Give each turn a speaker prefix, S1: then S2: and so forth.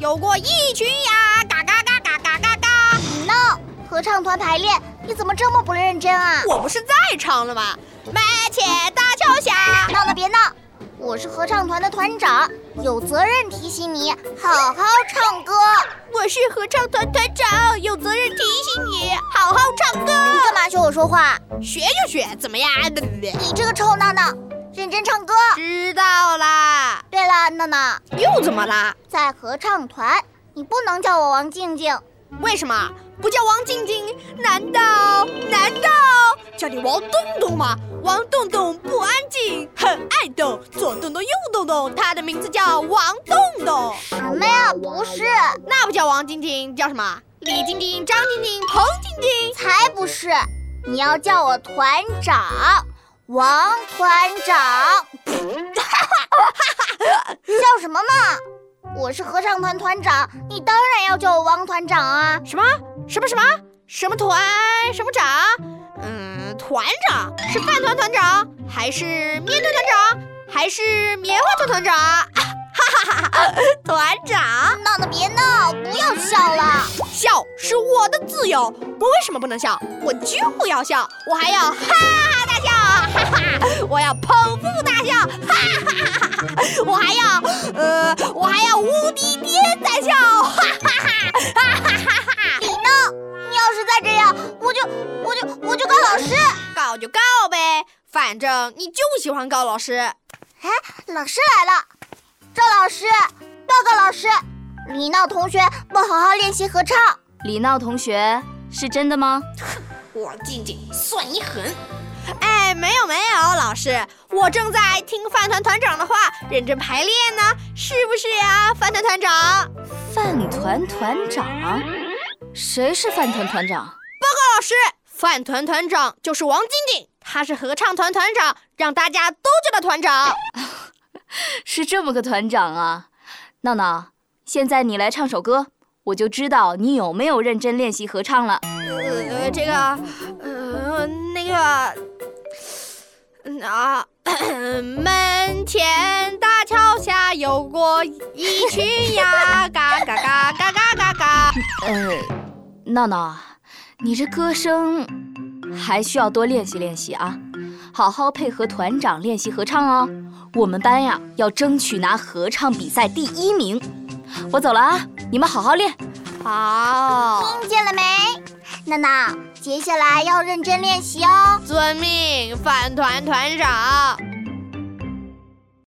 S1: 有过一群呀，嘎嘎嘎嘎嘎嘎嘎。
S2: No，合唱团排练，你怎么这么不认真啊？
S1: 我不是在唱了吗？麦且大秋霞，
S2: 闹闹别闹，我是合唱团的团长，有责任提醒你好好唱歌。
S1: 我是合唱团团长，有责任提醒你好好唱歌。
S2: 你干嘛学我说话？
S1: 学就学，怎么样？
S2: 你这个臭闹闹，认真唱歌。
S1: 知道啦。
S2: 对了，闹闹，
S1: 又怎么啦？
S2: 在合唱团，你不能叫我王静静。
S1: 为什么不叫王静静？难道难道叫你王洞洞吗？王洞洞不安静，很爱动，左动动右动动，他的名字叫王洞洞。
S2: 什么呀？不是，
S1: 那不叫王晶晶，叫什么？李晶晶、张晶晶、彭晶晶。
S2: 才不是，你要叫我团长，王团长。 叫什么嘛？我是合唱团团长，你当然要叫我王团长啊。
S1: 什么什么什么什么团什么长？嗯，团长是饭团团长，还是面团团长，还是棉花团团长？哈哈哈哈！团长
S2: 闹闹别闹，不要笑了。
S1: 笑是我的自由，我为什么不能笑？我就要笑，我还要哈哈大笑，哈哈！ 我要捧腹大笑， 哈哈哈哈！我还要呃，我还要无敌颠三笑， 哈哈哈哈哈哈！
S2: 李闹，你要是再这样，我就我就我就告老师。
S1: 告就告呗，反正你就喜欢告老师。
S2: 哎，老师来了，赵老师，报告老师，李闹同学不好好练习合唱。
S3: 李闹同学，是真的吗？
S4: 王静静，算你狠！
S1: 哎，没有没有，老师，我正在听饭团团长的话，认真排练呢，是不是呀，饭团团长？
S3: 饭团团长，谁是饭团团长？
S1: 老师，饭团团长就是王晶晶，他是合唱团团长，让大家都叫他团长。
S3: 是这么个团长啊！闹闹，现在你来唱首歌，我就知道你有没有认真练习合唱了。
S1: 呃，这个，呃，那个，嗯啊，门前大桥下有过一群呀，嘎嘎嘎嘎嘎嘎嘎。
S3: 呃，闹闹啊，你这歌声还需要多练习练习啊，好好配合团长练习合唱哦。我们班呀要争取拿合唱比赛第一名。我走了啊，你们好好练。
S1: 好，
S2: 听见了没？娜娜，接下来要认真练习哦。
S1: 遵命，饭团团长。